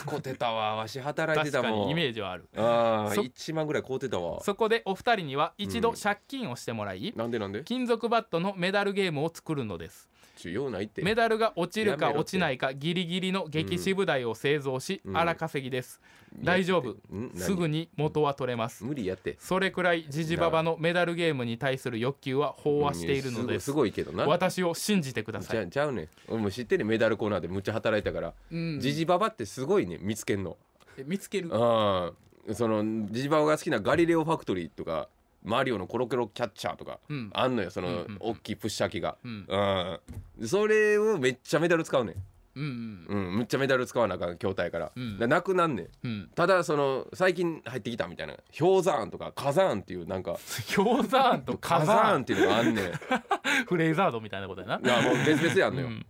こてたわわし働いて確たかもんにイメージはあるああそ1万ぐらい買うてたわそこでお二人には一う度ん借金をしてもらい、なんでなんで金属バットのメダルゲームを作るのですちゅ用ないってメダルが落ちるやかめろって落ちないかギリギリの激渋台を製造し、うん荒稼ぎですいや大丈夫うん何すぐに元は取れます無理やってそれくらいジジババのメダルゲームに対する欲求は飽和しているのうんやですすごいすごいけどな私を信じてくだちさゃい、ちゃうねん俺も知ってるメダルコーナーでむっちゃ働いたからうんジジババってすごいね見つけんのえ見つけるああそのジジババが好きなガリレオファクトリーとかマリオのコロコロキャッチャーとかうんあんのよそうんうのんうん大きいプッシャー機がうんうんそれをめっちゃメダル使うねんうんうんめっちゃメダル使わなあかん筐体からうんだなくなんねんうんうん ただその最近入ってきたみたいな氷山とか火山っていうなんか氷山と火 火山っ山ていうのがあんねんフレイザードみたいなことやないやもう別々やんのよ、うん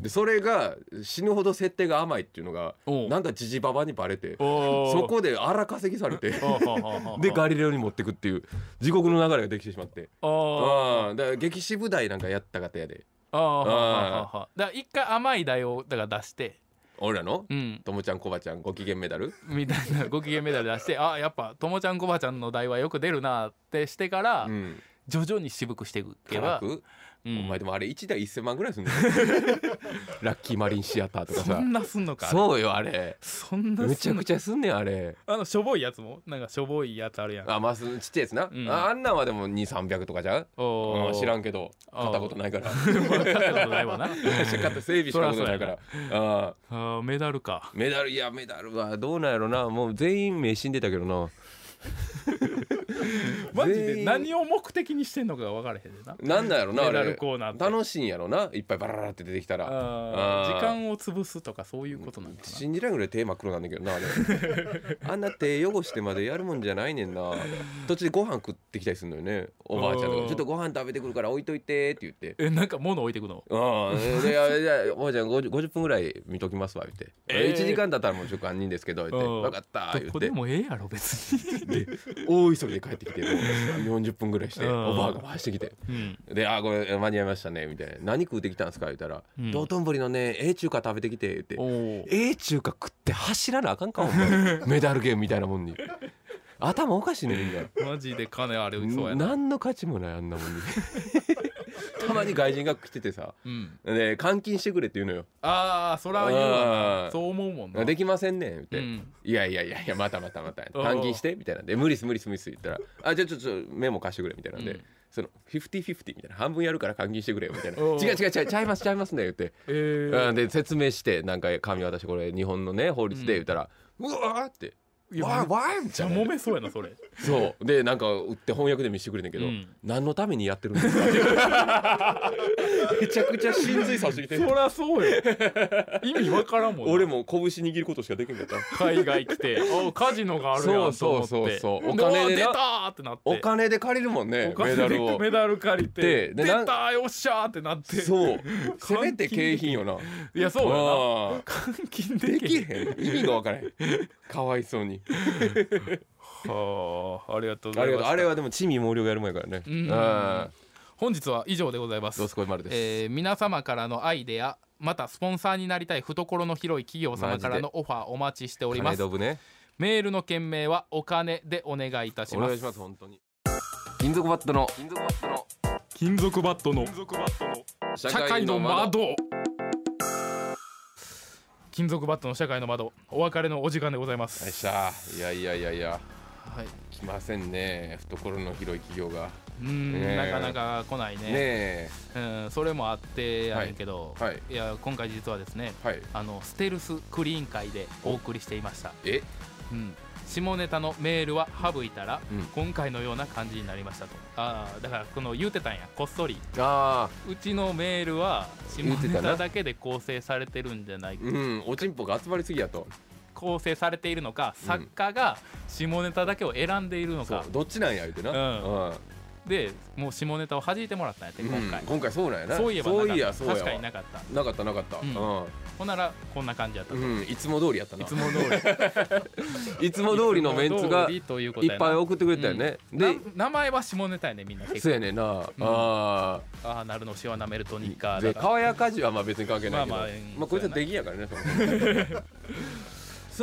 でそれが死ぬほど設定が甘いっていうのがおうなんかジジババにバレておー そこで荒稼ぎされておうおうおうおう でガリレオに持ってくっていう地獄の流れができてしまっておーうんだから激渋台なんかやった方やでああはあはあはあだから一回甘い台をだから出して俺らのうんともちゃんこばちゃんご機嫌メダルみたいな ご機嫌メダル出してあやっぱともちゃんこばちゃんの台はよく出るなってしてから、うん徐々に渋くしていけ辛ば、く、うんお前でもあれ1台1000万ぐらいすんの ラッキーマリンシアターとかそさんなすんのかうそうよあれそんなすんのむちゃくちゃすんねんあれあのしょぼいやつもなんかしょぼいやつあるやんあまあすちっちゃいやつな、うんああんなんはでも2300とかじゃんおうん知らんんけどあー買ったことないか ら分かったことないわな買った整備したことないからあー あーメダル かメダルいやメダルはどうなんやろなもう全員名死んでたけどな マジ全で員何を目的にしてんのか分からへんでななんなんやろなあメダれルコーナーって楽しいんやろないっぱいバラバラって出てきたらあーあー時間を潰すとかそういうことなんかな信じられんぐらい手真っ黒なんだけどな あれあんな手汚してまでやるもんじゃないねんな途中でご飯食ってきたりするのよねおばあちゃんとあーか「ちょっとご飯食べてくるから置いといて」って言ってえなんか物置いてくの うん、でいやいやおばあちゃん 50, 50分ぐらい見ときますわ言って、えーえ1時間だったらもう直感人ですけど言ってうん分かった言どっこでてもええやろ別に、 大急ぎで帰ってきてもう40分ぐらいしてうんおばあが回してきてうん「であーごめん間に合いましたね」みたいな「何食うてきたんですか?」言ったらうん「道頓堀のねええ中華食べてきて」言っておお「ええ中華食って走らなあかんかお前 メダルゲームみたいなもんに頭おかしいねみんな。マジで金あれ そうやな。何の価値もないあんなもんに たまに外人が来ててさうん、で監禁してくれって言うのよああそら言うわうなんそう思うもんな。できませんねんって、うんいやいやいやいやまたまたまたおう監禁してみたいなんで無理っす無理っす無理っす言ったらあじゃあちょっとメモ貸してくれみたいなんで、うんそのフィフティフィフティみたいな半分やるから監禁してくれよみたいなおう違う違う違うちゃいますちゃいますね言って、えーうんで説明してなんか紙渡してこれ日本のね法律で言ったら、うわーっていやわーわーみじたゃいな揉めそうやなそれ。そうでなんか売って翻訳で見せてくれてんけど、うん何のためにやってるんですか めちゃくちゃ心髄させてきてそらそうよ。意味わからんもんな。 俺も拳握ることしかできんかった海外来 て、おカジノがあるやんと思って。そうそうそうそうでお金わ出でなたーってなって。お金で借りるもんねお金メでダルをメダル借りてで出でたなんーよっしゃーってなって。そうせめて景品よないやそうやな。あ換金ーででききへん。へん意味がわからへ んかわいそうにはあありがとうごあざいれます。はあれはでも地味毛量がやる前からねうんあー本日は以上でございますどう。すこいまるですえー皆様からのアイデアまたスポンサーになりたい懐の広い企業様からのオファーお待ちしておりま金すドブねメールの件名はお金でお願いいたしおます願いします本当に金属バットの金属バットの金属バットの社社会の窓金属バットの社会の窓お別れのお時間でございまよっす、しゃいやいやいやいやはい、来ませんね懐の広い企業がうーん、ねえなかなか来ないねねえうん、それもあってやねんけど、はいはいいや今回実はですねはいあのステルスクリーン会でお送りしていました、えうん、下ネタのメールは省いたら、うん今回のような感じになりましたとああだからこの言うてたんやこっそりああうちのメールは下言うてネたなタだけで構成されてるんじゃないうんおちんぽが集まりすぎやと構成されているのか作家が下ネタだけを選んでいるのそかう、どっちなんや言うてなうんうんでもう下ネタを弾いてもらったんやって今うん回、今回そうなんやなそういえばなかったそういやそうやわ確かになかったなかったなかったうんほんならこんな感じやったうと、んいつも通りや ったないつも通りいつも通りのメンツがいいっっぱぱいい送ってくれたよねでで名前は下ネタやねみんな結構そうやねんなああああなるのしはなめるとにかでだから川やかじはまあ別に関係ないけどままああまあうんこいつは出来やからねそ の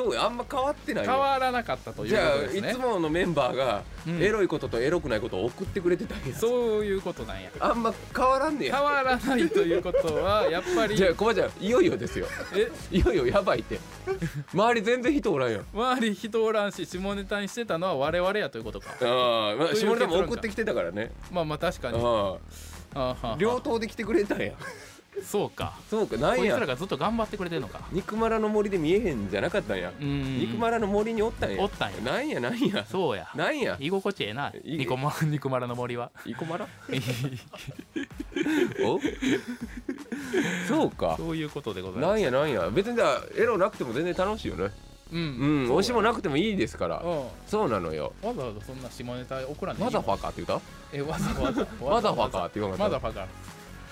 そうやあんま変わってないよ変わらなかったというじこゃあとですいねつものメンバーがうんエロいこととエロくないことを送ってくれてたんやそういうことなんやあんま変わらんね変やわらないということはやっぱりじゃあコバちゃんいよいよですよえいよいよやばいって周り全然人おらんやん周り人おらんし下ネタにしてたのは我々やということかああ、まあ、という下ネタも送ってきてたからね。まあまあ確かにああああ、両党で来てくれたんや。そうかそうか、なこんいつらや。がずっと頑張ってくれてるのか肉まらの森で見えへんじゃなかったんや。うん肉まらの森におったんや。おったんやなんや、なんや。そうやなんや。居心地ええないいニコマ ニコマラの森はいこまら。お。 そうか。そういうことでございなますんや、なんや。別にだ、エロなくても全然楽しいよね。ううんん、推しもなくてもいいですかうら。んそうなのよ。わざわざそんな下ネタ送らないマザファカーって言っえわざわ ざた。マザファカーって言わなかまっだた。ファか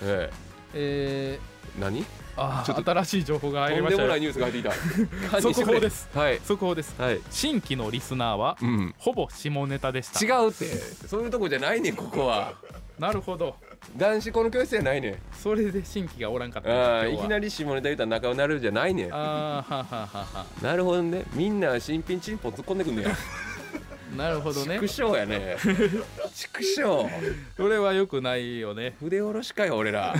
えええ、何。ー、あー新しい情報が入とりんまでしもなたいよニュースが入ってき た。感速じしてくれ報です。 はい。速報ですはい。新規のリスナーは、うん。ほぼ下ネタでした違うってそういうとこじゃないねんここはなるほど男子校の教室じゃないねんそれで新規がおらんかったんだああいきなりり下ネタ言うたら仲良くなるじゃないねんあーははははなるほどねみんな新品チンポ突っ込んでくんねやなるほどね畜生 やね畜生それはよくないよね筆下ろしかよ俺 ら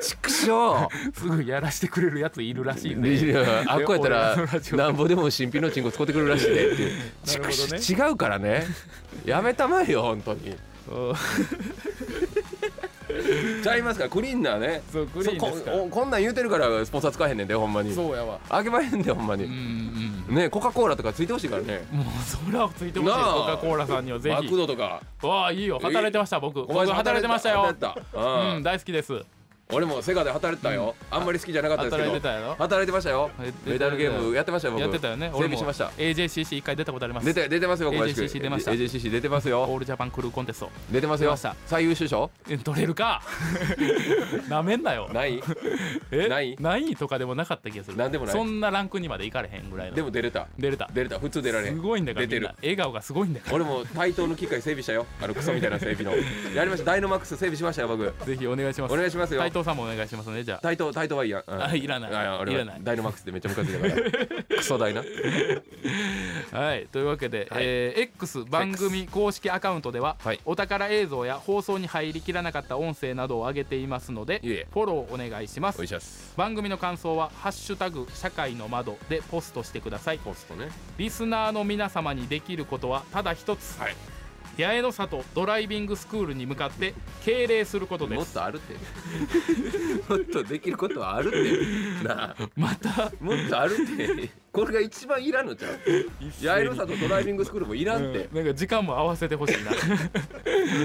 畜生すぐやらしてくれるやついるらしい いねやあっこやったら俺のラジオなんぼでも新品のチンコ使ってくるらしいで っていうなるほどね畜生違うからねやめたまえよ本当にそうちゃいますからクリーンなねそうグリーンですかそうこんこんなん言うてるからスポンサー使えへんねんでほんまにらそうやわあげばええんだよほんまに、うんうんねコカ・コーラとかついてほしいからねもう空をついてほしいなあコカ・コーラさんにはぜマクひドとかわあいいよ働いてました僕僕小林働いてましたよ働いてたううんん大好きです俺もセガで働いてたよ、あんまり好きじゃなかったですけど働いてたやろ働いてましたよやってたよメダルゲームやってましたよ僕やってたよねセー俺ブもしました AJCC 一回出たことあります出て出てますよ小林君 AJCC 出ました AJCC 出てますオよールジャパンクルーコンテスト出てます出よました最優秀賞え取れる かなめんなよない えない何位とかでもなかった気がするなんでもないそんなランクにまでいかれへんぐらいのでも出れた出れた出れた普通出られんすごいんだからみ出てんるな笑顔がすごいんだか俺も対等の機械整備したよあのクソみたいな 整備のやりましたダイノマックス整備しましたよ僕らぜひお願いしますお願いしますよ斉藤さんもお願いしますねじゃあ対等対等はいらん、うんあいらないあ俺はいらないダイノマックスでめっちゃムカついたか らクソダイなはいというわけで、はいえー X 番組公式アカウントでは、はいお宝映像や放送に入りきらなかった音声などを上げていますのでいえいえフォローお願いしますおいしゃす番組の感想は「ハッシュタグ社会の窓」でポストしてくださいポストねリスナーの皆様にできることはただ一つ、はい八重の里ドライビングスクールに向かって敬礼することでもっすとあるって もっとできることはあるってなあまたもっとあるってこれが一番いらんのちゃう八重の里ドライビングスクールもいらんって、なんか時間も合わせてほしい な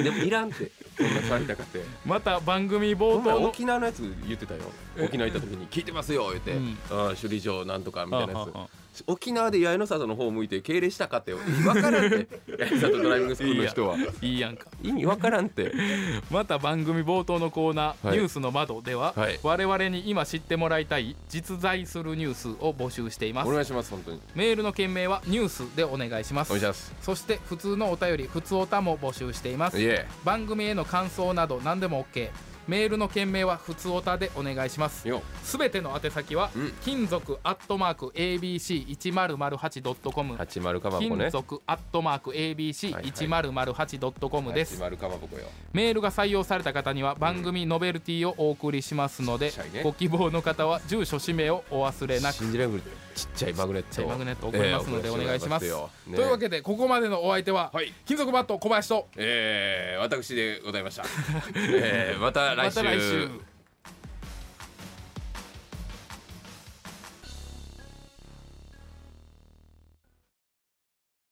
でもいらんってそんな触りたかってまた番組冒こんな頭んの沖縄のやつ言ってたよ沖縄行った時に「聞いてますよ」言って「うんああ首里城なんとか」みたいなやああああつ沖縄で八重の里の方向いて敬礼したかって分からんって 八重の里ドライビングスクールの人はいいやんか意味分からんってまた番組冒頭のコーナー「はいニュースの窓」では、はい我々に今知ってもらいたい実在するニュースを募集していまおす願いします本当にメールの件名は「ニュース」でお願いしますお願いしますそして普通のお便り「普通おた」も募集していますいえ番組への感想など何でも OK メールの件名は「ふつおた」でお願いしますよすべての宛先は、うん金属アットマーク ABC1008.com 八丸かまぼこ金ね属アットマーク八 ABC1008.com です、丸かまぼこよメールが採用された方には番組ノベルティをお送りしますのでちっちゃいねご希望の方は住所氏名をお忘れなく信じられるちっちゃいマグネッちっちゃトいマグネット送りますのでお願いしますええ送らせてもらいますよねというわけでここまでのお相手は、はい金属バット小林と えー、私でございました、えー、また来また来週週